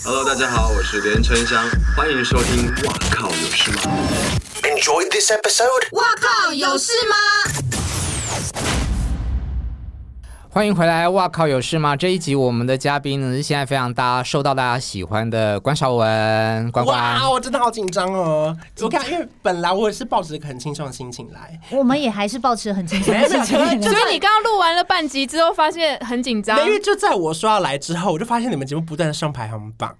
Hello，大家好，我是连春香，欢迎收听。哇靠，有事吗？ Enjoyed this episode? 哇靠，有事吗？欢迎回来！哇靠，有事吗？这一集我们的嘉宾呢是现在非常大家受到大家喜欢的关少文，关关哇，。我真的好紧张哦！我看，因为本来我是抱着一个很轻松的心情来，我们也还是保持很轻松的心情。所以你刚刚录完了半集之后，发现很紧张因。为就在我说要来之后，我就发现你们节目不断的上排行榜，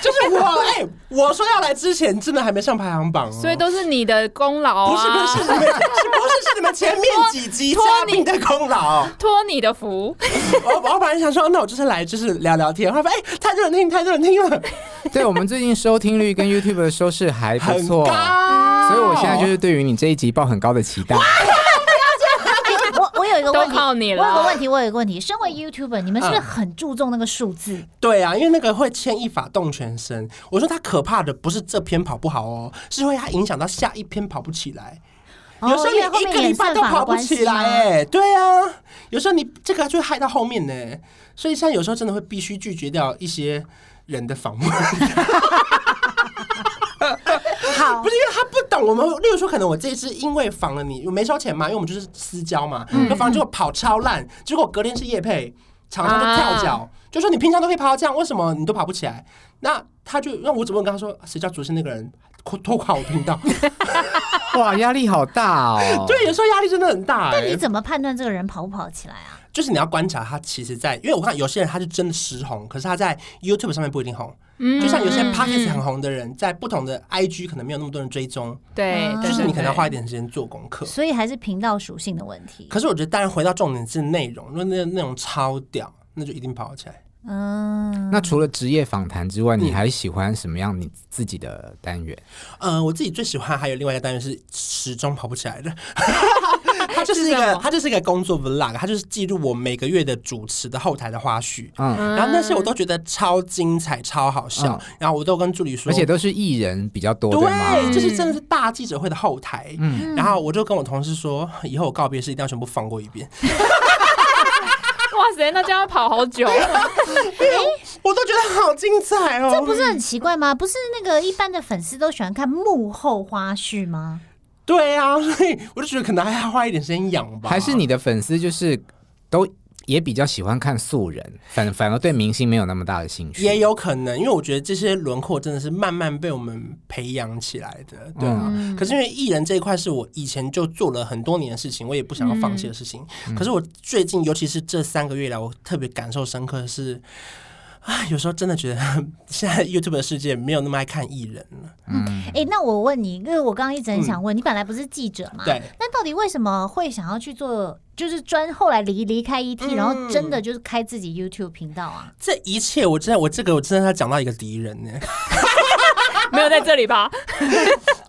就是我哎、我说要来之前真的还没上排行榜哦，所以都是你的功劳啊！不是不是是你们是不是是你们前面几集嘉托宾的功劳？托你的福，我我本来想说，那我就是来就是聊聊天，后来发现哎、太多人听，太多人听了，对我们最近收听率跟 YouTube 的收视还不很错，高，所以我现在就是对于你这一集抱很高的期待。 我我有一个问题，都靠你了我有个问题，我有一个问题。身为 YouTuber，你们是不是很注重那个数字？对啊，因为那个会牵一发动全身。我说它可怕的不是这篇跑不好哦，是会它影响到下一篇跑不起来。哦嗯有时候你因为后一面个礼拜都跑不起演来、算法的关系吗哎，对啊，有时候你这个就会害到后面呢、所以像有时候真的会必须拒绝掉一些人的访 问，好不，是因为他不懂我们。例如说，可能我这一次因为访了你，我没收钱嘛，因为我们就是私交嘛，嗯那访结果跑超烂，结果隔天是叶配，厂商就跳脚，啊就说你平常都可以跑到这样，为什么你都跑不起来？那他就那我只问跟他说，谁叫主持人那个人拖垮我频 道？哇，压力好大哦！对，有时候压力真的很大、但欸你。怎么判断这个人跑不跑得起来啊？就是你要观察他，其实在，因为我看有些人他是真的实红，可是他在 YouTube 上面不一定红。嗯就像有些 p o c k e t 嗯很红的人，在不同的 IG 可能没有那么多人追踪，对，嗯对啊就是你可能要。花对一点时间做功课。所以还是频道属性的问题。可是我觉得，当然回到重点是内容，如果那内容超屌，那就一定跑得起来。嗯，那除了职业访谈之外，你还喜欢什么样你自己的单元？嗯、我自己最喜欢还有另外一个单元是始终跑不起 来的，它就是一是什个么它就是一个工作 vlog，它啊就是记录我每个月的主持的后台的花絮。嗯，然后那些我都觉得超精彩、超好笑，嗯然后我都跟助理说，而且都是艺人比较多，对哦对，吗？嗯就是真的是大记者会的后台。然后我就跟我同事说，以后我告别式一定要全部放过一遍，对哇塞，那这样要跑好久，我都觉得好精彩哦。这不是很奇怪吗？不是那个一般的粉丝都喜欢看幕后花絮吗？对啊，所以我就觉得可能还要花一点时间养吧。还是你的粉丝就是都也比较喜欢看素人，反反而对明星没有那么大的兴趣。也有可能，因为我觉得这些轮廓真的是慢慢被我们培养起来的，对啊。可是因为艺人这一块是我以前就做了很多年的事情，我也不想要放弃的事情。可是我最近，尤其是这三个月以来，我特别感受深刻的是。 啊，有时候真的觉得 现在 YouTube 的世界没有那么爱看艺人了。哎、那我问你，因为我刚刚一直很想问、你，本来不是记者嘛？嗯对。那到底为什么会想要去做，就是专后来离离开 ET，、然后真嗯的就是开自己 YouTube 频道啊？这一切，我真的，我这个我真的要讲到一个敌人呢。没有在这里吧？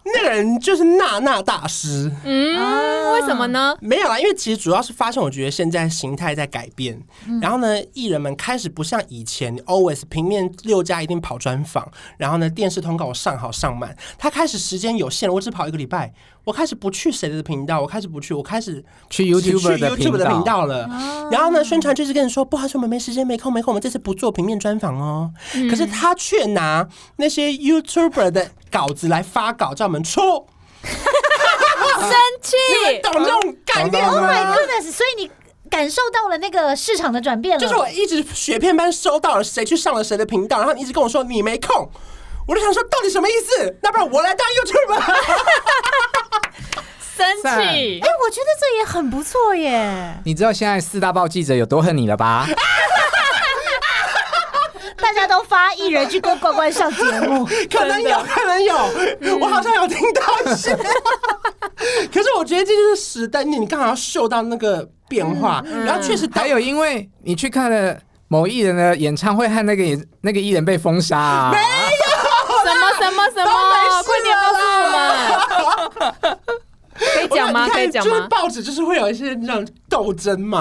那个人就是娜娜大师。嗯，为什么呢？没有啦，因为其实主要是发现，我觉得现在形态在改变，然后呢，艺人们开始不像以前 always 平面六家一定跑专访，然后呢，电视通告我上好上满，他开始时间有限，我只跑一个礼拜，我开始不去谁的频道，我开始不去，我开始去只去 YouTuber 的 YouTube 频的道频道了，然后呢，宣传就是跟你说，不好意思，我们没时间，没空，没空，我们这次不做平面专访哦，可是他却拿那些 YouTuber 的稿子来发稿，叫我们出，啊生气，懂那种概念，Oh 吗？ my goodness！所以你感受到了那个市场的转变了。就是嗯我一直雪片般收到了谁去上了谁的频道，然后你一直跟我说你没空，我就想说到底什么意思？那不然我来当 YouTube 吧。生气哎、，我觉得这也很不错耶！你知道现在四大报记者有多恨你了吧？大家都发艺人去跟关关上节目，可能有，可能嗯有， 我好像有听到一 些。可是我觉得这就是时代，你你刚好要嗅到那个变化，嗯然后确实还有，因为你去看了某艺人的演唱会，和那个演那个艺人被封杀、啊，什么什么什么，快点告诉我们，可以讲吗？你看可以讲就是吗？报纸就是会有一些这种斗争嘛，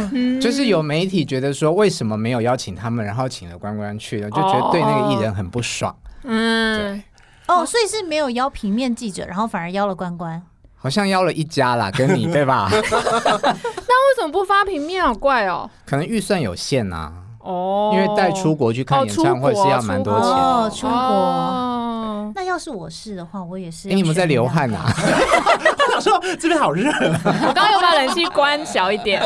啊，嗯就是有媒体觉得说为什么没有邀请他们，然后请了关关去了，就觉得对那个艺人很不爽，嗯，哦，所以是没有邀平面记者，然后反而邀了关关。好像邀了一家啦，跟你对吧？那为什么不发平面？好怪哦。可能预算有限啊。哦，因为带出国去看演唱会是要蛮多钱。哎、哦，出国。哦，那要是我是的话，我也是。你们在流汗呐、？啊？我想说这边好热啊，我刚刚有把冷气关小一 点，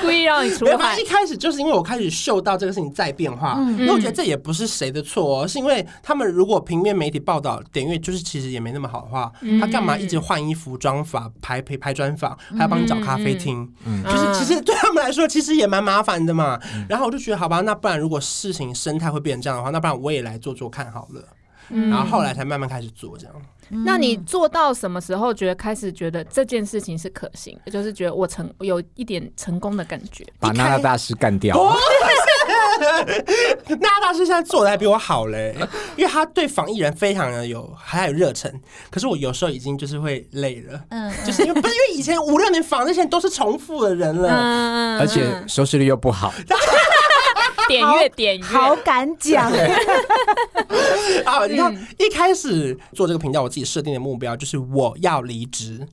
故意让你出没有，反汗嗯正一。开始就是因为我开始嗅到这个事情在变化，因为我觉得这也不是谁的错哦，是因为他们如果平面媒体报道点阅就是其实也没那么好的话，嗯他干嘛一直换衣服、装法、排排排专访，还要帮你找咖啡厅，嗯就是其实对他们来说其实也蛮麻烦的嘛。然后我就觉得好吧，那不然如果事情生态会变成这样的话，那不然我也来做做看好了。嗯然后后来才慢慢开始做这样。那你做到什么时候觉得开始觉得这件事情是可行，就是觉得我成有一点成功的感觉？把娜娜大师干掉。 那大师现在做的还比我好嘞，因为他对防疫人非常的有还有热忱。可是我有时候已经就是会累了，嗯，就是因为不是因为以前五六年防那些人都是重复的人了，嗯，而且收视率又不好，点阅点阅，好敢讲，嗯啊，你看一开始做这个频道，我自己设定的目标就是我要离职，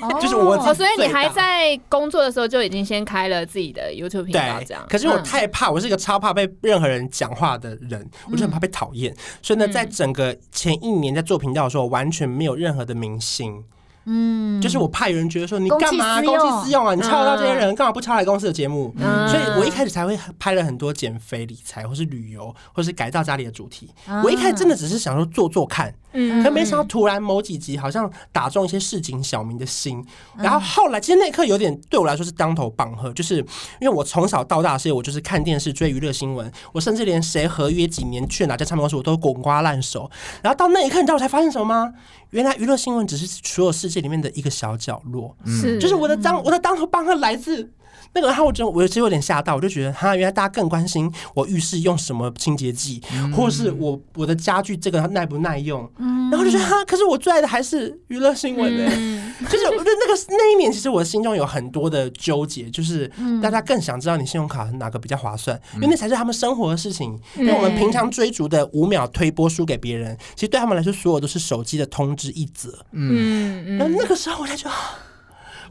啊 就是我哦，所以你最大还在工作的时候就已经先开了自己的 YouTube 频道，这对样。。可是我嗯太怕，我是一个超怕被任何人讲话的人，嗯我就很怕被讨厌。所以呢，在整个前一年在做频道的时候，我完全没有任何的明星。嗯，就是我怕有人觉得说你干嘛公公器私用嗯器私用啊，你抄到这些人，干嘛不抄来公司的节目？嗯所以我一开始才会拍了很多减肥、理财，或是旅游，或是改造家里的主题。嗯我一开始真的只是想说做做看，嗯可没想到突然某几集好像打中一些市井小民的心，嗯然后后来其实那一刻有点对我来说是当头棒喝，就是因为我从小到大，所以我就是看电视追娱乐新闻，我甚至连谁合约几年去哪家唱片公司我都滚瓜烂熟。然后到那一刻，你知道我才发现什么吗？原来娱乐新闻只是所有世界里面的一个小角落，是嗯就是我的当我的当头棒喝来自。那个，然后我觉得我其实有点吓到，我就觉得哈，原来大家更关心我浴室用什么清洁剂，或是我我的家具这个耐不耐用，嗯然后就觉得哈，可是我最爱的还是娱乐新闻呢、嗯 就是我觉得那个那一年，其实我心中有很多的纠结，就是嗯大家更想知道你信用卡哪个比较划算，因为那才是他们生活的事情。因嗯为我们平常追逐的五秒推波输给别人，其实对他们来说，所有都是手机的通知一则。嗯嗯，然后那个时候我才觉得，啊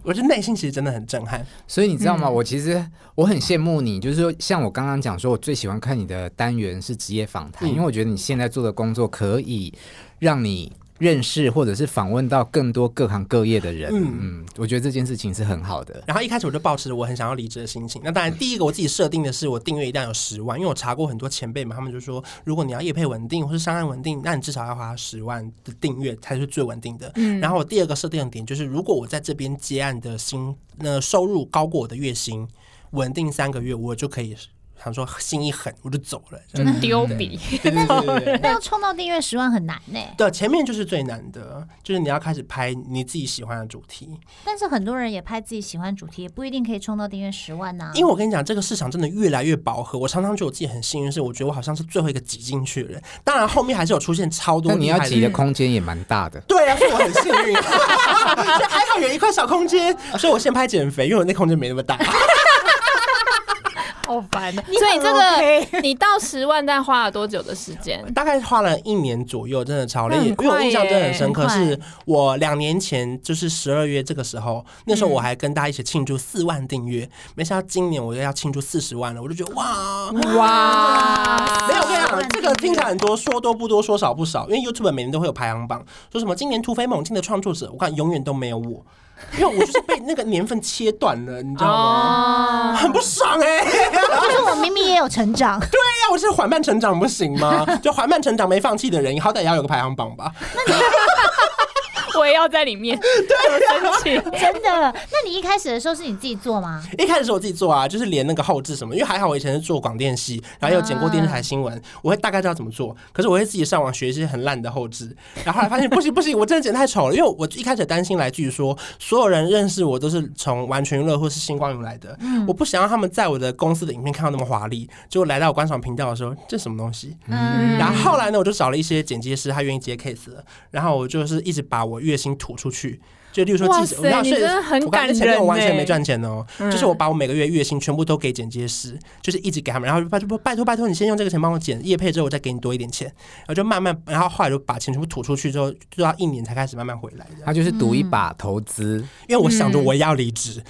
我就内心其实真的很震撼。所以你知道嗯吗？我其实我很羡慕你，就是说，像我刚刚讲说，我最喜欢看你的单元是职业访嗯谈，因为我觉得你现在做的工作可以让你认识或者是访问到更多各行各业的人。嗯我觉得这件事情是很好的。然后一开始我就抱持着我很想要离职的心情。那当然，第一个我自己设定的是我订阅一定要有十万，因为我查过很多前辈们，他们就说，如果你要业配稳定或是商案稳定，那你至少要花十万的订阅才是最稳定的。然后我第二个设定的点就是，如果我在这边接案的薪那收入高过我的月薪，稳定三个月，我就可以想说心一狠我就走了。这样很丢笔，嗯对对对对对。那要冲到订阅十万很难呢。对，前面就是最难的，就是你要开始拍你自己喜欢的主题。但是很多人也拍自己喜欢主题，也不一定可以冲到订阅十万啊呐。因为我跟你讲，这个市场真的越来越饱和。我常常觉得我自己很幸运，是我觉得我好像是最后一个挤进去的人。当然，后面还是有出现超多但你厉要害的挤的人。空间也蛮大的。对啊，所以我很幸运， 所以还好有一块小空间，所以我先拍减肥，因为我那空间没那么大。 好烦。所以这个你到十万但花了多久的时间？大概花了一年左右，真的超累，那很因为我快印象真的耶很深刻。很快是我两年前，就是十二月这个时候，那时候我还跟大家一起庆祝四万订阅，没想到今年我又要庆祝四十万了，我就觉得哇，哇没有，我跟你40万讲，这个听起来很多，说多不多，说少不少。因为 YouTube 每年都会有排行榜，说什么今年突飞猛进的创作者，我看永远都没有我，因为我就是被那个年份切断了， 你知道吗？哦，很不爽哎、 对就是我明明也有成 长，呀、我是缓慢成长不行吗？就缓慢成长没放弃的人，好歹也要有个排行榜吧？我也要在里面，啊对，生气。真的。那你一开始的时候是你自己做吗？一开始是我自己做啊，就是连那个后置什么，因为还好我以前是做广电系，然后又剪过电视台新闻，我会大概知道怎么做。可是我会自己上网学一些很烂的后置，然后后来发现不行不行，我真的剪得太丑了。因为我一开始担心来句说，所有人认识我都是从完全娱乐或是星光云来的，嗯我不想让他们在我的公司的影片看到那么华丽。结果来到我观赏频道的时候，这什么东西？嗯，然后后来呢，我就找了一些剪接师，他愿意接 case 了，然后我就是一直把我月薪吐出去。就例如说哇记者，我要塞是你真的很我刚才感前面我完全人没欸赚钱哦，就是我把我每个月月薪全部都给剪接师，就是一直给他们，然后就拜托拜托拜托，你先用这个钱帮我剪业配之后，我再给你多一点钱，然后就慢慢，然后后来就把钱全部吐出去之后，就要一年才开始慢慢回来这样他就是嗯赌一把投资，因为我想着我要离职，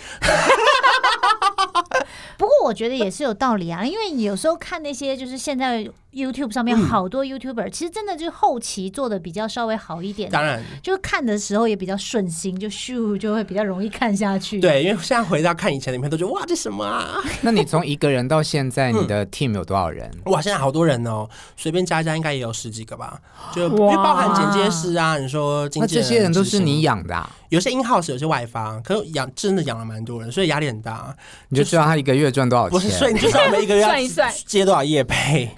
不过我觉得也是有道理啊，因为你有时候看那些就是现在 YouTube 上嗯面好多 YouTuber，、其实真的就是后期做的比较稍微好一点，当然，就是看的时候也比较顺心，就咻就会比较容易看下去。，对，因为现在回到看以前的影片，都觉得哇，这什么啊？那你从一个人到现在，嗯你的 team 有多少人？哇，现在好多人哦，随便加一加应该也有十几个吧，就因为包含剪接师啊，你说经那纪这人，些人都执是行你，养的、啊，有些 in house，有些外发，可是养真的养了蛮多人，所以压力很大。啊你就知道他一个月赚多少不是，所以钱。你就是我们一个月要 算一算接多少夜 配，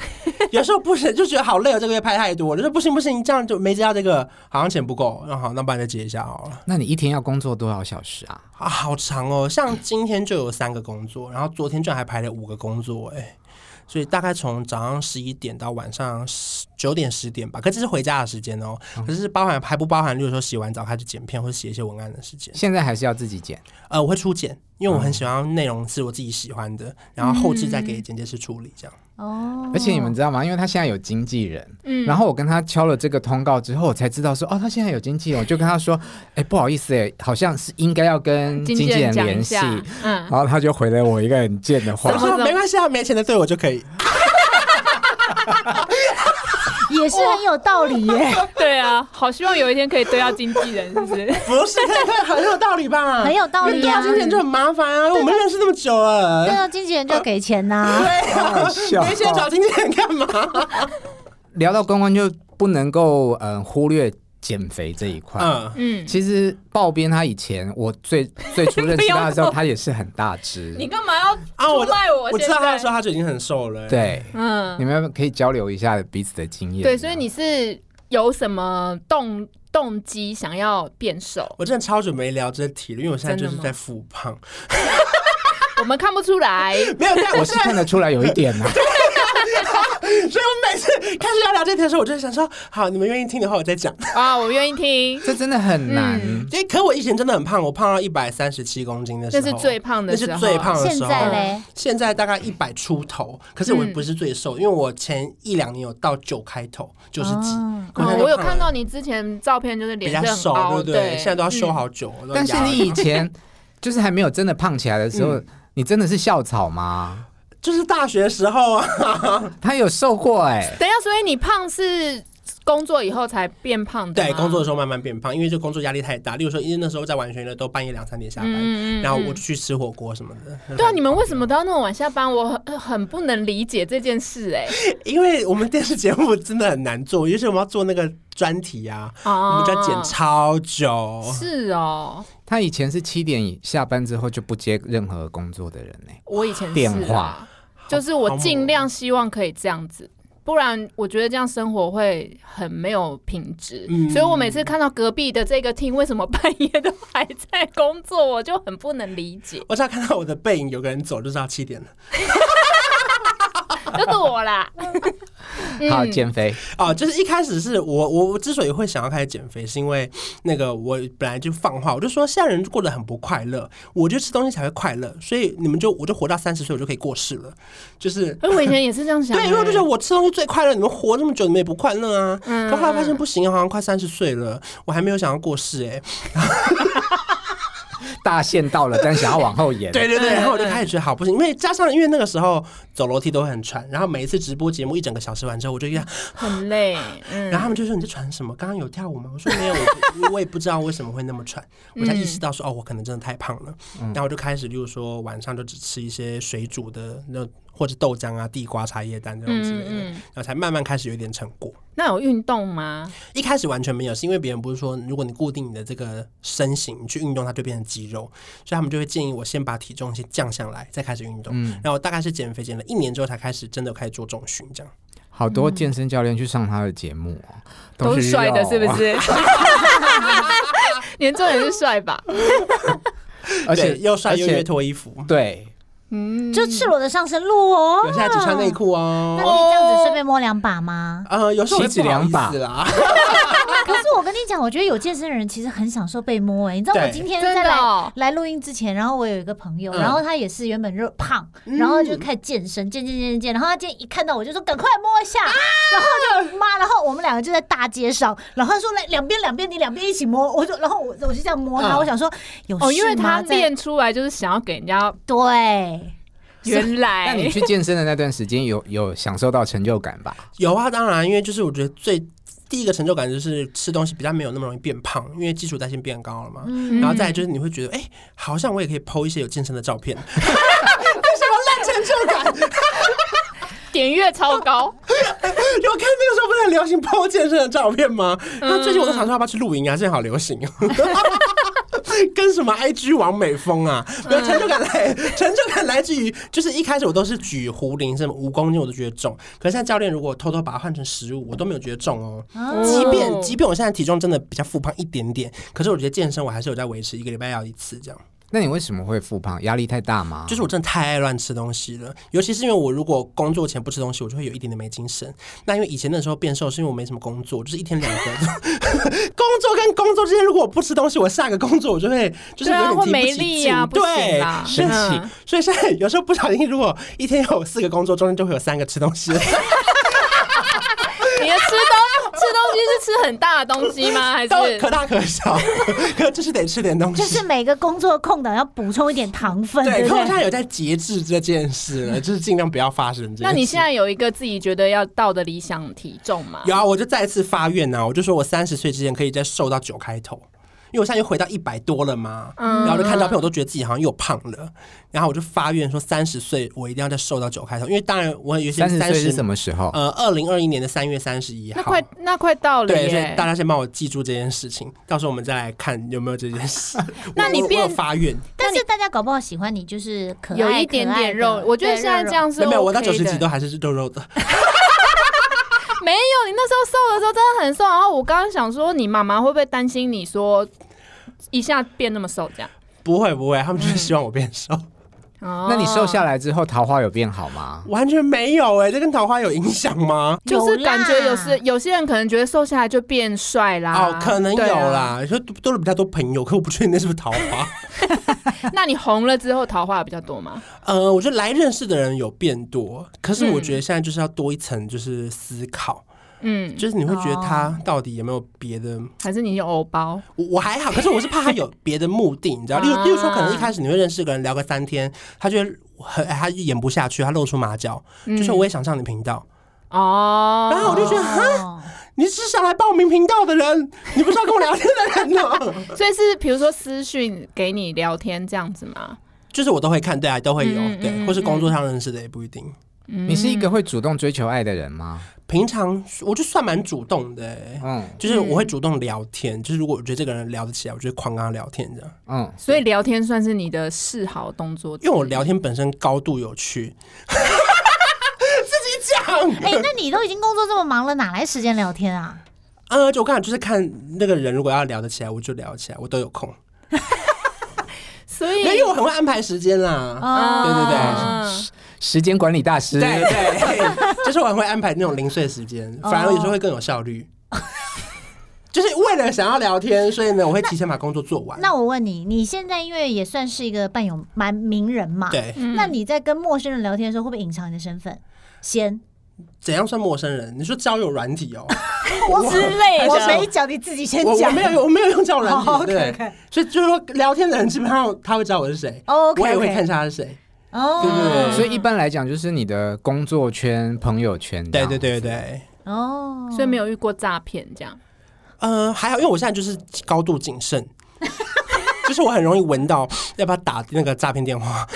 有时候不是就觉得好累哦，这个月拍太多了，就说不行不行，这样就没接到这个，好像钱不够，那好，那不然再接一下好了。那你一天要工作多少小时啊？啊，好长哦！像今天就有三个工作，然后昨天居然还排了五个工作，哎，所以大概从早上十一点到晚上九点十点吧，可这是回家的时间哦。嗯可是包含还不包含，例如说洗完澡开始剪片或者写一些文案的时间。现在还是要自己剪，呃，我会初剪，因为我很喜欢内容是我自己喜欢的，然后后置再给剪接师处理这样。哦，而且你们知道吗？因为他现在有经纪人，嗯然后我跟他敲了这个通告之后，我才知道说，哦，他现在有经纪人，我就跟他说，哎，不好意思，哎，好像是应该要嗯跟经经纪纪人人讲联一系，下，嗯然，后他就回了我一个很贱的话我，说怎么没关系啊，没钱的对我就可以。也是很有道理耶， 对啊，好希望有一天可以对到经纪人，是不是？不是，看看很有道理吧？很有道理对啊啊，经纪人就很麻烦啊，我们认识那么久对了，啊，经纪人就要给钱呐、好笑 没钱找经纪人干嘛？聊到公关就不能够嗯、呃忽略减肥这一块。嗯。 嗯，其实豹边他以前我最最初认识他的时 不候，用他也是很大只。你干嘛要啊，我出卖我？我知道他的时说，候，他就已经很瘦了、欸。，对，嗯你，们可以交流一下彼此的经验。对，所以你是有什么动动机想要变瘦？我真的超久没聊这题了，因为我现在就是真的吗在复胖，我们看不 出来，没有看我我是现在看，得出来有一点呐、啊 所以我每次开始要聊这题的时候，我就想说，好，你们愿意听的话，我再讲。啊，我愿意听。这真的很难。嗯因为可我以前真的很胖，我胖到一百三十七公斤的时那候，是最胖的那时是候，最胖的现时候。在嘞，现在大概一百出头，可是我不嗯是最瘦，因为我前一两年有到九开头，九十几。哦现在哦就我有胖看了到你之前照片，就是比脸较是很瘦，凹，嗯对不现在都要修好久，都要但是压你以 前就是还没有真的胖起来的时嗯候，你真的是校草吗？就是大学时候啊，他有瘦过哎、等一下，所以你胖是工作以后才变胖的吗，对，工作的时候慢慢变胖，因为这工作压力太大。例如说，因为那时候在玩学乐，都半夜两三点下班，嗯嗯嗯然后我就去吃火锅什么的。 对啊，你们为什么都要那么晚下班？我很很不能理解这件事哎、因为我们电视节目真的很难做，尤其我们要做那个专题啊，啊 我们就要剪超久。是哦，他以前是七点下班之后就不接任何工作的人哎呢、我以前是、啊、电话就是我尽量希望可以这样子。不然，我觉得这样生活会很没有品质。嗯。所以我每次看到隔壁的这个厅为什么半夜都还在工作，我就很不能理解 我只要看到我的背影，有个人走，就知道七点了。就躲啦，嗯好，减肥，哦，就是一开始是我我我之所以会想要开始减肥，是因为那个我本来就放话，我就说现在人过得很不快乐，我就吃东西才会快乐，所以你们就我就活到三十岁，我就可以过世了，就是哎，我以前也是这样想的。对，因为我就觉得我吃东西最快乐，你们活那么久，你们也不快乐啊。嗯可后来发现不行，啊好像快三十岁了，我还没有想要过世哎、大限到 了，但想要往后延。对对对，然后我就开始觉得好不行，因为加上因为那个时候走楼梯都会很喘，然后每一次直播节目一整个小时完之后，我就这样，很累，嗯，然后他们就说你在喘什么？刚刚有跳舞吗？我说没有，我我也不知 道为什么会那么喘，我才意识到说哦，我可能真的太胖了。然后我就开始，例如说晚上就只吃一些水煮的那。或者豆浆啊、地瓜、茶叶蛋这种之类的，嗯嗯然后才慢慢开始有一点成果。那有运动吗？一开始完全没有，是因为别人不是说，如果你固定你的这个身形你去运动，它就变成肌肉，所以他们就会建议我先把体重先降下来，再开始运动。然后我大概是减肥减了一年之后，才开始真的开始做重训这样。好多健身教练去上他的节目哦、都是是帅的，肉是不？是？啊 年重点是帅吧？而且对又帅又而且哦越脱衣服，对，嗯，就赤裸的上身路哦。有现在只穿内裤那可哦。以这样子顺便摸两把吗？ 呃，有时候我会岂止不好两意把思啦，可是我跟你讲，我觉得有健身的人其实很享受被摸哎、你知道我对今天真在的来、哦来录音之前，然后我有一个朋友，嗯然后他也是原本热胖，然后就开始健身，健健健健健，然后他今天一看到我就说赶快摸一下，啊然后就妈，然后我们两个就在大街上，然后他说来两边两边你两边一起摸，我就然后我我就这样摸他，嗯我想说有哦，因为事吗他在练出来就是想要给人家对。原那来你去健身的那段时间有有享受到成就感吧？ 有啊，当然，因为就是我觉得最第一个成就感就是吃东西比较没有那么容易变胖，因为基础代谢变高了嘛。然后再来就是你会觉得，哎、好像我也可以 PO 一些有健身的照片， 点阅超高， 有看那个时候不是很流行 PO 健身的照片吗？那最近我在想说要不要去露营啊，现在好流行。 跟什么 IG 王美风啊，没有成就感来，成就感来自于就是一开始我都是举壶铃什么五公斤我都觉得重，可是现在教练如果偷偷把它换成十五，我都没有觉得重哦。啊即便即便我现在体重真的比较复胖一点点，可是我觉得健身我还是有在维持，一个礼拜要一次这样。那你为什么会复胖？压力太大吗？就是我真的太爱乱吃东西了，尤其是因为我如果工作前不吃东西，我就会有一点点没精神。那因为以前那时候变瘦，是因为我没什么工作，就是一天两个 工作跟工作之间，如果我不吃东西，我下个工作我就会就是对有啊，点或提不没起力劲啊，不行对，啦，生气嗯所以现在有时候不小心，如果一天有四个工作，中间就会有三个吃东西。你的吃东吃东西是吃很大的东西 吗？还都是可大可小，可就是得吃点东西。就是每个工作空档要补充一点糖分，对对，不可我现对？在有在节制这件事了，就是尽量不要发生这件事。那你现在有一个自己觉得要到的理想体重吗？有啊，我就再次发愿啊呐、我就说我三十岁之前可以再瘦到九开头。因为我现在又回到一百多了嘛，嗯然后我就看照片，我都觉得自己好像又胖了。然后我就发愿说，三十岁我一定要再瘦到九开头。因为当然我有些三十岁是什么？么时哦候？呃，二零二一年的三月三十一号。那快那快到了对，所以耶大！家先帮我记住这件事情，到时候我们再来看有没有这件 事。那你我我变我有发愿？但是大家搞不好喜欢你，就是可爱有一点点肉，我觉得现在这，样是没有 OK 的。没有，我到九十几都还是肉肉的。没有，你那时候瘦的时候真的很瘦。然后我刚刚想说，你妈妈会不会担心你说一下变那么瘦这样？不会不会，他们就是希望我变瘦，哦那你瘦下来之后，桃花有变好吗？完全没有哎、这跟桃花有影响吗？就是感觉有有时啦有些人可能觉得瘦下来就变帅啦，哦，可能有对啊。啦，就多了比较多朋友，可我不确定那是不是桃 花。啊那你红了之后桃花比较多吗？呃，我觉得来认识的人有变多，可是我觉得现在就是要多一层就是思考，嗯，就是你会觉得他到底有没有别的。还是你有偶包？我我还好，可是我是怕他有别的目的，你 知道？例如，啊例如说，可能一开始你会认识个人聊个三天，他觉得很 他演不下去，他露出马脚，就说我也想上你频道，嗯哦，然后我就觉得哈，哦，你是想来报名频道的人，你不是要跟我聊天的人哦 呢、所以是比如说私讯给你聊天这样子吗？就是我都会看，对啊，都会有，嗯嗯对，嗯或是工作上认识的也不一定。你是一个会主动追求爱的人吗？平常我就算蛮主动的、欸，嗯就是我会主动聊天，就是如果我觉得这个人聊得起来，我就会狂跟他聊天这样。嗯，所以聊天算是你的示好动作之一，因为我聊天本身高度有趣， 自己讲。哎，那你都已经工作这么忙了，哪来时间聊天啊？呃，就我刚才就是看那个人，如果要聊得起来，我就聊得起来，我都有空。所没有以因为我很会安排时间啦。哦，对对对啊时间管理大师对，对，就是我很会安排那种零碎时间，反而有时候会更有效率。哦就是为了想要聊天，所以呢，我会提前把工作做完。那我问你，你现在因为也算是一个伴有蛮名人嘛，，对，那你在跟陌生人聊天的时候，会不会隐藏你的身份？先，怎样算陌生人？你说交友软体哦？ 我之类的我没讲，你自己先我我讲没。有我没有用交友软好体，对 OK，OK，所以就是说聊天的人基本上他会知道我是谁，哦，OK，OK 我也会看一下他是谁，对哦对所以一般来讲，就是你的工作圈、朋友圈这对，对样。对对对，哦，嗯所以没有遇过诈骗这样。呃，还好，因为我现在就是高度 谨慎，就是我很容易闻到要不要打那个诈骗电话。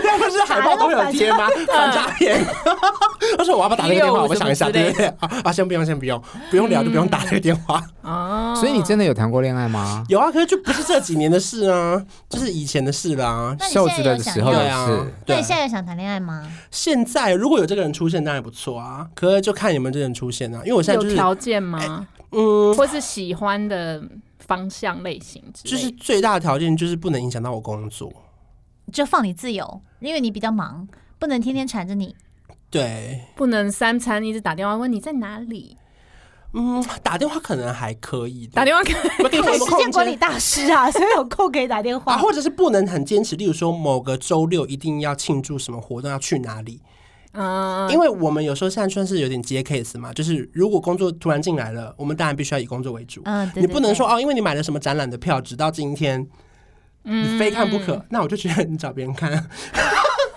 那不是海报都有贴吗？反诈骗。 他说我要不要打这个电话？我想一下， 165什对么对对。啊，啊先不用，先不用，不用聊就不用打这个电话。哦，所以你真的有谈过恋爱吗？有啊，可是就不是这几年的事啊，就是以前的事啦。那你瘦子现在的有想时候对的啊事。，那对你。现在有想谈恋爱吗？现在如果有这个人出现，当然不错啊。可是就看有没有这个人出现啊，因为我现在有就是条件吗？嗯，或是喜欢的方向类型之类就的？是最大的条件就是不能影响到我工作。就放你自由，因为你比较忙，不能天天缠着 你。对，不能三餐一直打电话问你在哪里，嗯，打电话可能还可以的，打电话给话给你他什是么时间空管理间大师啊，所以有空可以打电话。啊，或者是不能很坚持，例如说某个周六一定要庆祝什么活动，要去哪里。嗯，因为我们有时候现在算是有点接 case 嘛，就是如果工作突然进来了，我们当然必须要以工作为主。嗯，对你不能说哦，因为你买了什么展览的嗯票，直到今天，你非看不可。那我就觉得你找别人看，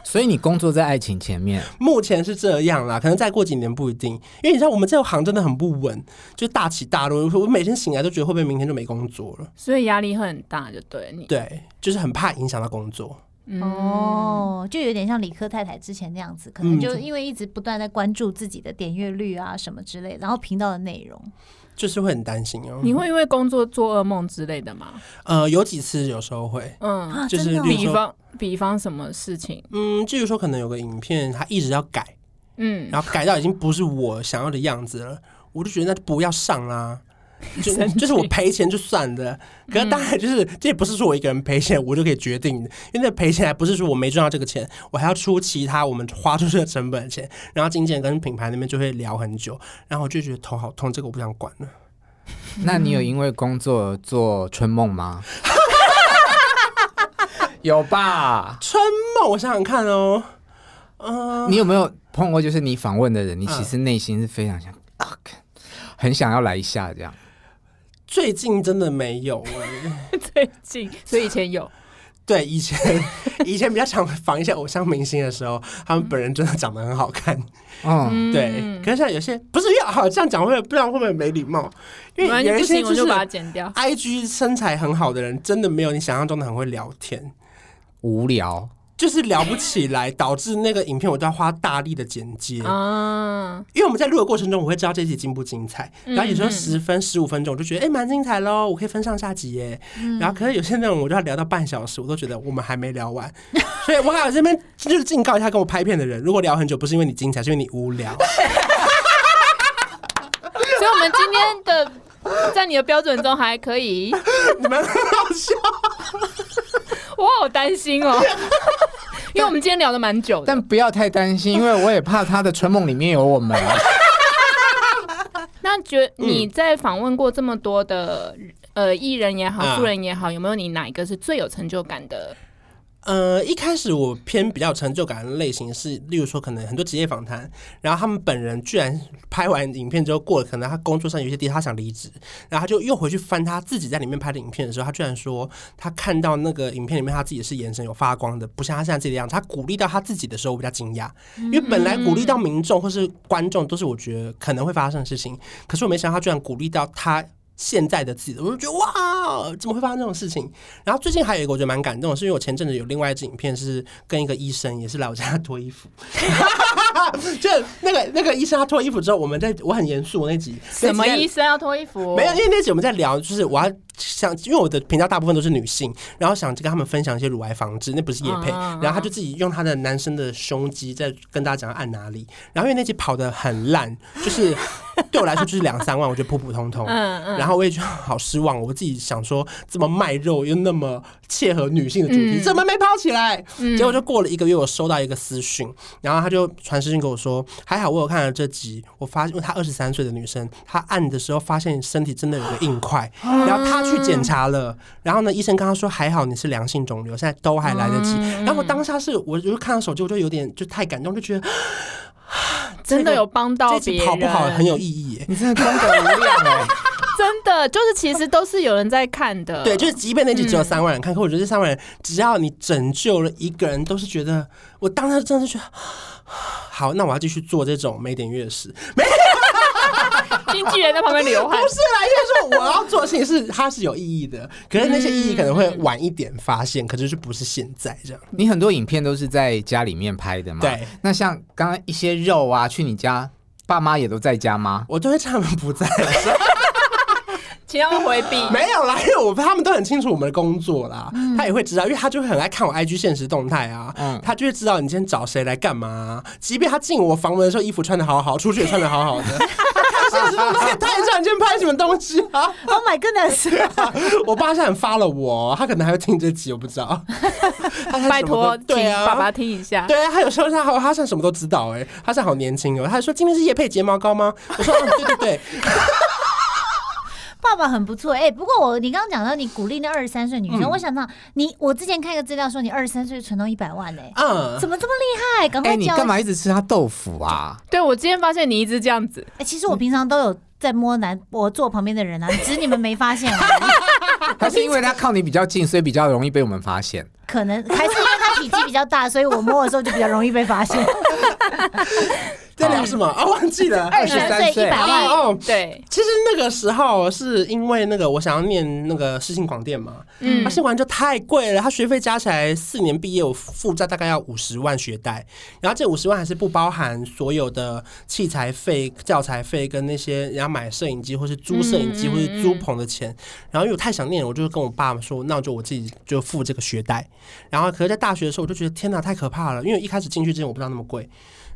所以你工作在爱情前面，目前是这样啦，可能再过几年不一定，因为你知道我们这行真的很不稳，就大起大落。我每天醒来都觉得会不会明天就没工作了？所以压力会很大，就对你。对，就是很怕影响到工作。嗯哦，就有点像理科太太之前那样子，可能嗯就对因为一直不断在关注自己的点阅率啊什么之类，然后频道的内容。就是会很担心哦。你会因为工作做噩梦之类的吗？呃，有几次有时候会，嗯，啊就是真的哦例如比说，方比方什么事情？嗯，就如说可能有个影片，它一直要改，嗯，然后改到已经不是我想要的样子了，我就觉得那就不要上啦。就生气就是我赔钱就算了，可是当然就是、这也不是说我一个人赔钱我就可以决定的，因为那赔钱还不是说我没赚到这个钱，我还要出其他我们花出去的成本的钱，然后经纪人跟品牌那边就会聊很久，然后我就觉得头好痛，这个我不想管了。那你有因为工作而做春梦 吗？有吧？春梦，我想想看哦，你有没有碰过，就是你访问的人，嗯你其实内心是非常想啊，干很想要来一下这样。最近真的没有哎、 最近，所以以前有，对，以前以前比较常仿一些偶像明星的时候，他们本人真的长得很好看。嗯，对，可是像有些不是要好这样讲会不会不然会不会没礼貌？因为反有正一不些行我就就是把它剪掉。 I G 身材很好的人，真的没有你想象中的很会聊天，无聊。就是聊不起来，导致那个影片我都要花大力的剪接。啊，因为我们在录的过程中，我会知道这集精不精彩，嗯然后有时候嗯十分、十五分钟，我就觉得哎蛮、精彩喽，我可以分上下集耶。嗯然后可是有些内容我就要聊到半小时，我都觉得我们还没聊完，所以我还有这边就是警告一下跟我拍片的人，如果聊很久，不是因为你精彩，是因为你无聊。所以我们今天 的在你的标准中还可以，你们很好笑，我好担心 哦，因为我们今天聊的蛮久的但。不要太担心，因为我也怕他的春梦里面有我 们。那觉嗯你在访问过这么多的呃艺人也好，嗯素人也好，有没有你哪一个是最有成就感的？呃，一开始我偏比较有成就感的类型是，例如说可能很多职业访谈，然后他们本人居然拍完影片之后过了，可能他工作上有一些地方他想离职，然后他就又回去翻他自己在里面拍的影片的时候，他居然说他看到那个影片里面他自己是眼神有发光的，不像他现在这个样子。他鼓励到他自己的时候，我比较惊讶，嗯因为本来鼓励到民众或是观众都是我觉得可能会发生的事情，可是我没想到他居然鼓励到他。现在的自己，我就觉得哇，怎么会发生这种事情？然后最近还有一个我觉得蛮感动的，是因为我前阵子有另外一支影片是跟一个医生，也是来我家脱衣 服，就那个那个医生他脱衣服之后，我们在我很严肃我那集什么思？医生要脱衣服？没有，因为那集我们在聊，就是我要想，因为我的频道大部分都是女性，然后想跟他们分享一些乳癌防治，那不是叶配。嗯嗯嗯然后他就自己用他的男生的胸肌在跟大家讲按啊哪里，然后因为那集跑得很烂，就是对我来说就是两三万，我觉得普普通通。嗯嗯然后我也觉得好失望，我自己想说这么卖肉又那么切合女性的主题，嗯怎么没跑起来？结果就过了一个月，我收到一个私讯，然后他就传私讯给我说，还好我有看了这集，我发现因为她二十三岁的女生，她按的时候发现身体真的有个硬块，啊然后她去检查了，然后呢医生跟她说还好你是良性肿瘤，现在都还来得及。嗯然后我当下是我就看到手机，我就有点就太感动，就觉得真的有帮到这集别人，跑不好很有意义耶。你真的功德无量哎、真的就是其实都是有人在看的，对，就是即便那集只有三万人看，可我觉得这三万人，只要你拯救了一个人，都是觉得我当时真的是觉得， 好，那我要继续做这种没点乐事。 经纪人在旁边流汗不。是啦，应该说我要做的事情是它是有意义的，可是那些意义可能会晚一点发现，可是就不是现在这样。你很多影片都是在家里面拍的嘛？对。那像刚刚一些肉啊，去你家，爸妈也都在家吗？我就会趁他们不在的时候，请他们回避。 没有啦，因为我他们都很清楚我们的工作啦，嗯他也会知道，因为他就会很爱看我 IG 现实动态啊，嗯他就会知道你今天找谁来干嘛啊、即便他进我房门的时候，衣服穿的好好，出去也穿的好好 的，现实动态太像你今天拍什么东西啊？ Oh my goodness！ 我爸现在很发了我，他可能还会听这集，我不知 道。他现在拜什么托，都请对啊，爸爸听一下。对啊，他有时候他好，他现在什么都知道哎、他现在好年轻哦、他还说今天是夜配睫毛膏吗？我说、嗯对对对，爸爸很不错哎、不过我你刚刚讲到你鼓励那二十三岁女生，我想到你，我之前看一个资料说你二十三岁存到一百万哎、嗯，怎么这么厉害？赶哎、快你教、干嘛一直吃他豆腐啊？对，我今天发现你一直这样子，哎其实我平常都有在摸男，我坐旁边的人啊，只是你们没发现而已。 啊还是因为他靠你比较近，所以比较容易被我们发现？可能还是因为他体积比较大，所以我摸的时候就比较容易被发现。在聊什么啊？忘记了。哎二十23岁岁一百 万，哦，对，其实那个时候是因为那个我想要念那个世信广电嘛，嗯他，信广电就太贵了，他学费加起来四年毕业我负债大概要五十万学贷，然后这五十万还是不包含所有的器材费、教材费跟那些你要买摄影机或是租摄影机嗯嗯或是租棚的钱。然后因为我太想念了，我就跟我爸说，那我就我自己就付这个学贷。然后可是，在大学的时候我就觉得天哪，太可怕了，因为一开始进去之前我不知道那么贵。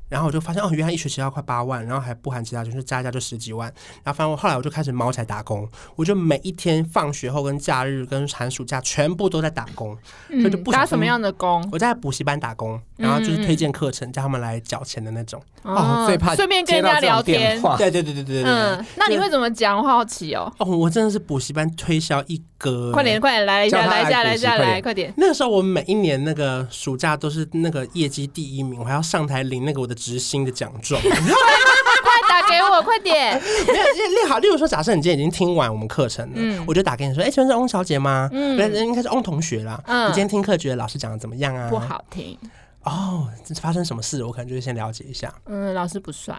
然后我就发现哦，原来一学期要快八万，然后还不含其他，就是加一加就十几万。然后反正我后来我就开始猫起来打工，我就每一天放学后跟假日跟寒暑假全部都在打工，所以就不小嗯打心什么样的嗯工？我在补习班打工，然后就是推荐课程，叫他们来缴钱的那种。哦，最怕嗯顺便跟接人到家这种聊天电。话对对对对对对对。嗯，那你会怎么讲？我好好奇哦。哦，我真的是补习班推销一哥、快点，！快点，来一叫下，他来一下，来来补一习下，快来，点快点。那个时候我每一年那个暑假都是那个业绩第一名，我还要上台领那个我的职薪的奖状。快打给我，快点！没有，例例好，例如说，假设你今天已经听完我们课程了，嗯我就打给你说，哎、请问是翁小姐吗？嗯嗯，应该是翁同学啦。嗯你今天听课觉得老师讲的怎么样啊？不。好听，哦，这发生什么事？我可能就会先了解一下。嗯，老师不帅，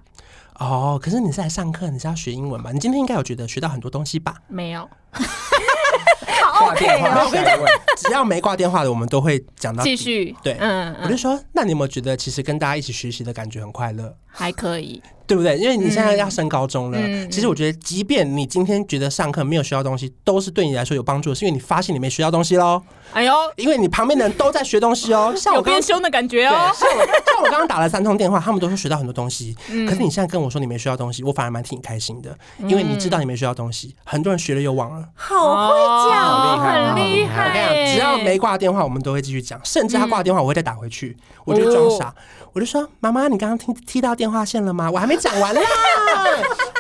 哦，可是你是来上课，你是要学英文吧？你今天应该有觉得学到很多东西吧？没有，啊挂哦电话，下一位。只要没挂电话的，我们都会讲到继。续。对嗯我就嗯，说，那你有没有觉得其实跟大家一起学习的感觉很快乐，还可以。对不对？因为你现在要升高中了，嗯其实我觉得，即便你今天觉得上课没有学到东西，都是对你来说有帮助的，是因为你发现你没学到东西喽，哎呦，因为你旁边的人都在学东西 哦。像我有刚变刚凶的感觉对，哦。像我像我刚刚打了三通电话，他们都说学到很多东西。嗯可是你现在跟我说你没学到东西，我反而蛮挺开心的，因为你知道你没学到东嗯西。很多人学了又忘了。好会讲哦好很厉厉我跟你害耶。讲，只要没挂电话，我们都会继续讲，甚至他挂电话，我会再打回去，哦我就装傻，我就说：“妈妈，你刚刚听踢到电话线了吗？我还没讲 完啦。”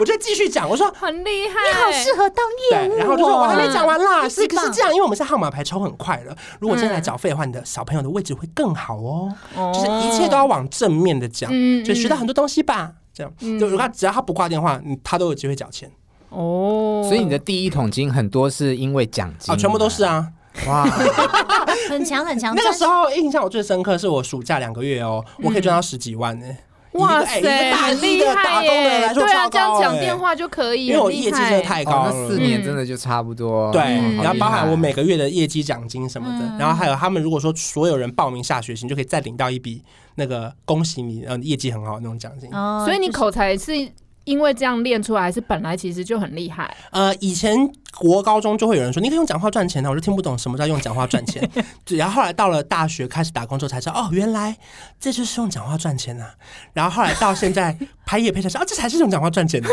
我就继续讲，我说。很厉害，你好适合当业务哦。对，然后我就说我还没讲完啦，是可棒是这样，因为我们现在号码牌抽很快了，如果今天来缴费的话，你的小朋友的位置会更好哦。哦就是一切都要往正面的讲，嗯就学到嗯很多东西吧。这样，就如果他只要他不挂电话，你他都有机会缴钱嗯哦。所以你的第一桶金很多是因为奖金啊，全部都是啊。 哇，哦嗯很强很强，那个专时候印象我最深刻是我暑假两个月哦，我可以赚到十几万呢。以一个嗯哇哎以一塞，个大很一厉的打害工的人耶！来说，对啊，超这样高讲哎电话就可以，因为我很厉业绩真害的太高哦，了，那四年真的就差不多。嗯对嗯，然后包含我。每好厉害个月的业绩奖金什么的，然后还有他们如果说所有人报名下学期，你就可以再领到一笔那个恭喜你，呃，业绩很好那种奖金。哦所以你口才嗯是因为这样练出来，还是本来其实就很厉害？呃，以前国高中就会有人说，你可以用讲话赚钱啊的，我就听不懂什么叫用讲话赚钱。 对然后后来到了大学开始打工之后才知道，哦，原来这就是用讲话赚钱呐、啊。然后后来到现在拍夜配才知道，哦，这才是用讲话赚钱的、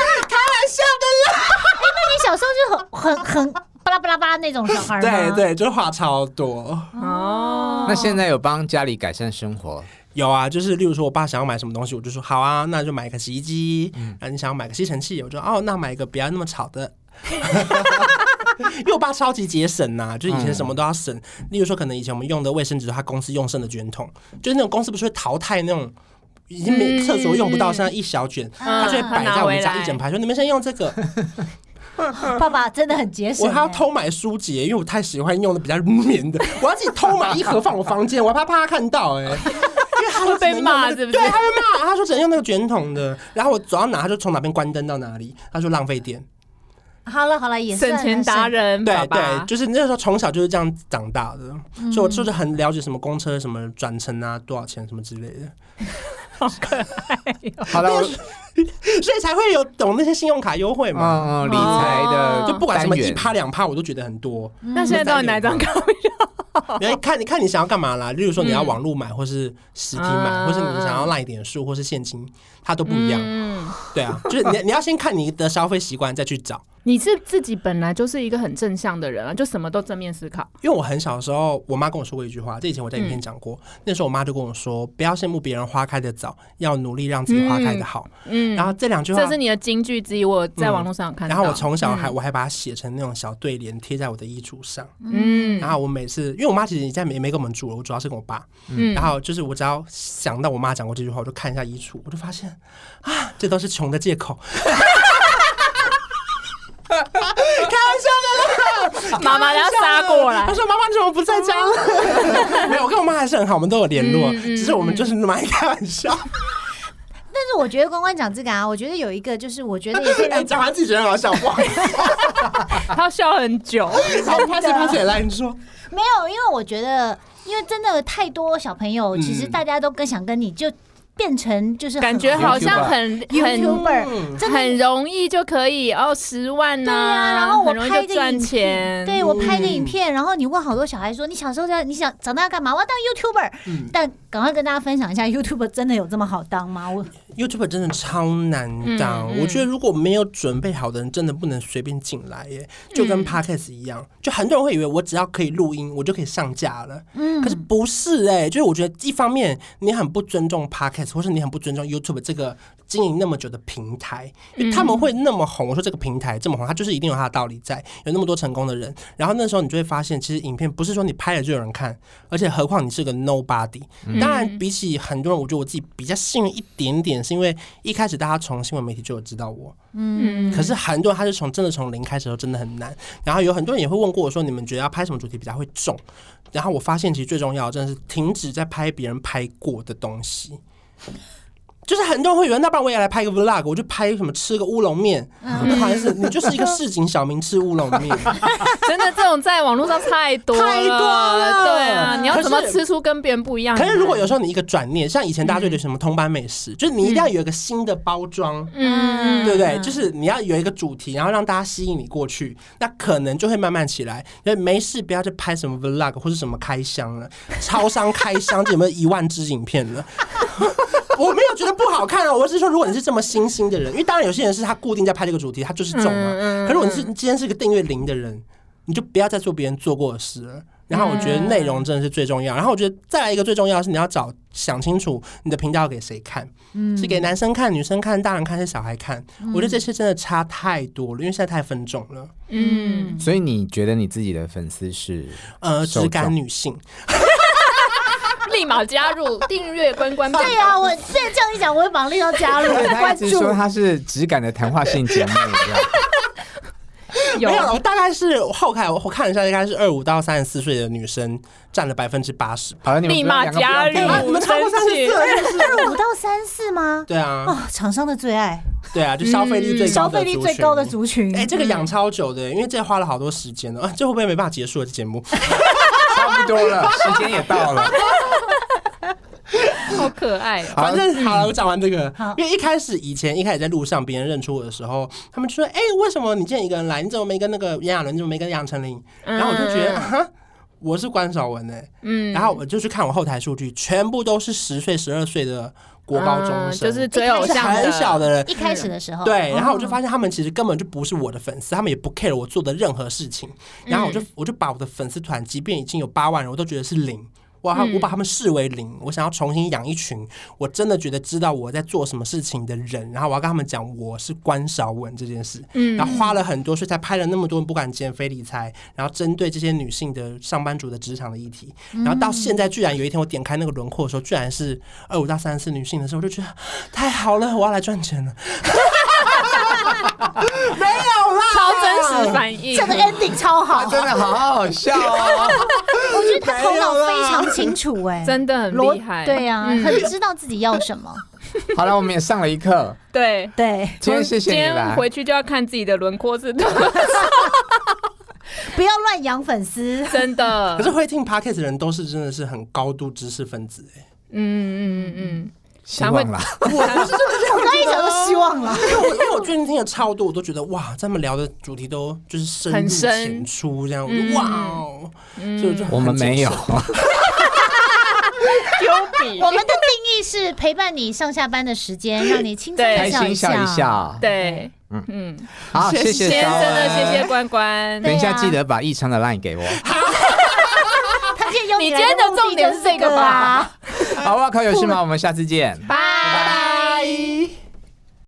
哎你小时候就很很很巴拉巴拉巴拉那种 小孩吗对， 对，就是话超多。哦，那现在有帮家里改善生 活，有啊，就是例如说我爸想要买什么东西，我就说好啊，那就买个洗衣机。嗯，你想要买个吸尘器，我就哦，那买一个不要那么吵的。 因为我爸超级节省呐、就是以前什么都要省。例如说，可能以前我们用的卫生纸，他公司用剩的卷筒，就是那种公司不是会淘汰那种。已经没嗯厕所用不到，剩下一小卷，他就会摆在我们家一整排，说你们先用这个。爸爸真的很节省我欸。还要偷买书籍，因为我太喜欢用的比较棉的，我要自己偷买一盒放我房间，我还怕怕他看到哎、因为他就会被骂只能用那个是不是对，他被骂，他说只能用那个卷筒的，然后我走到哪他就从哪边关灯到哪里，他说浪费电。好了好了，也算省钱达。人，对爸爸对，就是那时候从小就是这样长大的，所以我就是很了解什么公车什么转乘啊多少钱什么之类的，好了，我所以才会有懂那些信用卡优惠嗯嗯，嘛。理财的哦就不管什么单一元趴两趴，我都觉得很多。那现在到底哪一张卡比较 你要看你看你想要干嘛啦，例如说你要网络买，或是实体买，嗯或是你想要赖点数，或是现金，它都不一样。嗯，对啊，就是你你要先看你的消费习惯再去找。你是自己本来就是一个很正向的人啊，就什么都正面思考。因为我很小的时候，我妈跟我说过一句话，这以前我在影片讲过。嗯那时候我妈就跟我说，不要羡慕别人花开的早，要努力让自己花开的好。嗯，然后这两句话这，是你的嗯金句之一，我在网络上有看到。然后我从小啊嗯还、我还把它写成那种小对联贴在我的衣橱上。嗯然后我每次，因为我妈其实现在没没跟我们住了，我主要是跟我爸。嗯然后就是我只要想到我妈讲过这句话，我就看一下衣橱，我就发现啊，这都是穷的 借口。开玩笑的啦，妈妈要杀过来他，说：“妈妈，你怎么不在家了？” 没有，我跟我妈还是很好，我们都有联络，嗯嗯只是我们就是蛮开玩笑。但是我觉得关关讲这个啊，我觉得有一个就是，我觉得也可以哎， 让讲完自己觉得很好笑，不好意 思，他笑很 久。好，拍谁拍谁来，你说，没有，因为我觉得，因为真的太多小朋友，嗯其实大家都更想跟你就变成就是很感觉好像很啊很 YouTuber。真的很容易就可以哦，十万呐、对啊然后我很容易拍一就个赚影片钱，对我 拍个嗯影片，然后你问好多小孩说你小时候要你想长大要干嘛？我要当 YouTuber。嗯但赶快跟大家分享一下，YouTuber 真的有这么好当吗？我，YouTube 真的超难当。嗯嗯我觉得如果没有准备好的人，真的不能随便进来耶，就嗯跟 Podcast 一样，就很多人会以为我只要可以录音，我就可以上架了。嗯可是不是哎、就是我觉得一方面你很不尊重 podcast，或是你很不尊重 YouTube 这个经营那么久的平台，因为他们会那么红。我说这个平台这么红，它就是一定有它的道理在，有那么多成功的人。然后那时候你就会发现，其实影片不是说你拍了就有人看，而且何况你是个 nobody。当然，比起很多人，我觉得我自己比较幸运一点点，是因为一开始大家从新闻媒体就有知道我，嗯，可是很多人他是从真的从零开始的时候真的很难，然后有很多人也会问过我说，你们觉得要拍什么主题比较会中？然后我发现其实最重要的真的是停止在拍别人拍过的东西，就是很多人会以为，那不然我也来拍个 vlog，我就拍什么吃个乌龙面，不好意思，你就是一个市井小民吃乌龙面，真的这种在网络上太多了，太多了对啊，你要怎么可是吃出跟别人不一样？可是如果有时候你一个转念，像以前大家对的什么通班美食，就是你一定要有一个新的包装。嗯，对不对？嗯就是你要有一个主题，然后让大家吸引你过去，那可能就会慢慢起来。因为没事不要去拍什么 vlog 或是什么开箱了，超商开箱这有没有一万支影片了？ 我没有觉得不好看啊，我是说，如果你是这么新兴的人，因为当然有些人是他固定在拍这个主题，他就是中嘛。嗯嗯嗯可是如果你是你今天是个订阅零的人，你就不要再做别人做过的事了。然后我觉得内容真的是最重要，然后我觉得再来一个最重要的是你要找想清楚你的频道要给谁看，嗯是给男生看、女生看、大人看还是小孩看？我觉得这些真的差太多了，因为现在太分众了。嗯，所以你觉得你自己的粉丝是呃，受只感众女性，立马加入订阅关关啊频道对啊呀、我现在这样一讲，我会马上要加入他一关直说注。他是质感的谈话性节目这样。有没有，大概是后看我看了一下，大概是二五到三十四岁的女生占了百分之八十。好了，你们立马不要加两个不要啊，入，你们超过生三十气四了，是不是？二五到三四吗？对啊，哦，厂商的最爱，对啊，就消费力最高消的费力最族群高的。族群。嗯哎、这个养超久的，因为这花了好多时间了。啊，这会不会没办法结束了？这节目差不多了，时间也到了。好可爱啊哦。反正好了，我讲完这个好，因为一开始以前一开始在路上，别人认出我的时候，他们就说：“哎、为什么你今天一个人来？你怎么没跟那个炎亚纶？你怎么没跟杨丞琳？”然后我就觉得，啊哈，我是关少文哎、嗯然后我就去看我后台数据，全部都是十岁、十二岁的国高中生，嗯就是追偶就是像很小的人。一开始的时候，对，哦然后我就发现他们其实根本就不是我的粉丝，他们也不 care 我做的任何事情。然后我就我就把我的粉丝团，即便已经有八万人，我都觉得是零。我我把他们视为零，我想要重新养一群我真的觉得知道我在做什么事情的人，然后我要跟他们讲我是关少文这件事，嗯然后花了很多，所以才拍了那么多不敢减肥理财，然后针对这些女性的上班族的职场的议题，然后到现在居然有一天我点开那个轮廓的时候，居然是二五到三十四女性的时候，我就觉得啊太好了，我要来赚钱了。没有啦，超真实反应这，个 ending 超好，真的好好笑哦！我觉得他头脑非常清楚，哎，真的很逻厉害。对呀，嗯很知道自己要什么。好了，我们也上了一课。对。对，今天谢谢今你天啦，回去就要看自己的轮廓是多。不要乱养粉 丝真的。可是会听 podcast 的人都是真的是很高度知识分子哎、嗯嗯嗯希望啦。我刚一讲都希望啊了。因为我因为我最近听了超多，我都觉得哇，他们聊的主题都就是深入很深浅出这样，我就哇哦，所以我就很我们没有谨，慎嗯， 我优们比的定义是陪伴你上下班的时间，让你轻松对的开笑心一笑一笑。笑。，对，嗯嗯，好，谢今天肖真的恩谢谢关关。等一下对啊记得把异常的 line 给我。他今天用你来今天的目的重点就是这个吧啊？好，哇靠，有事吗？我们下次见。拜。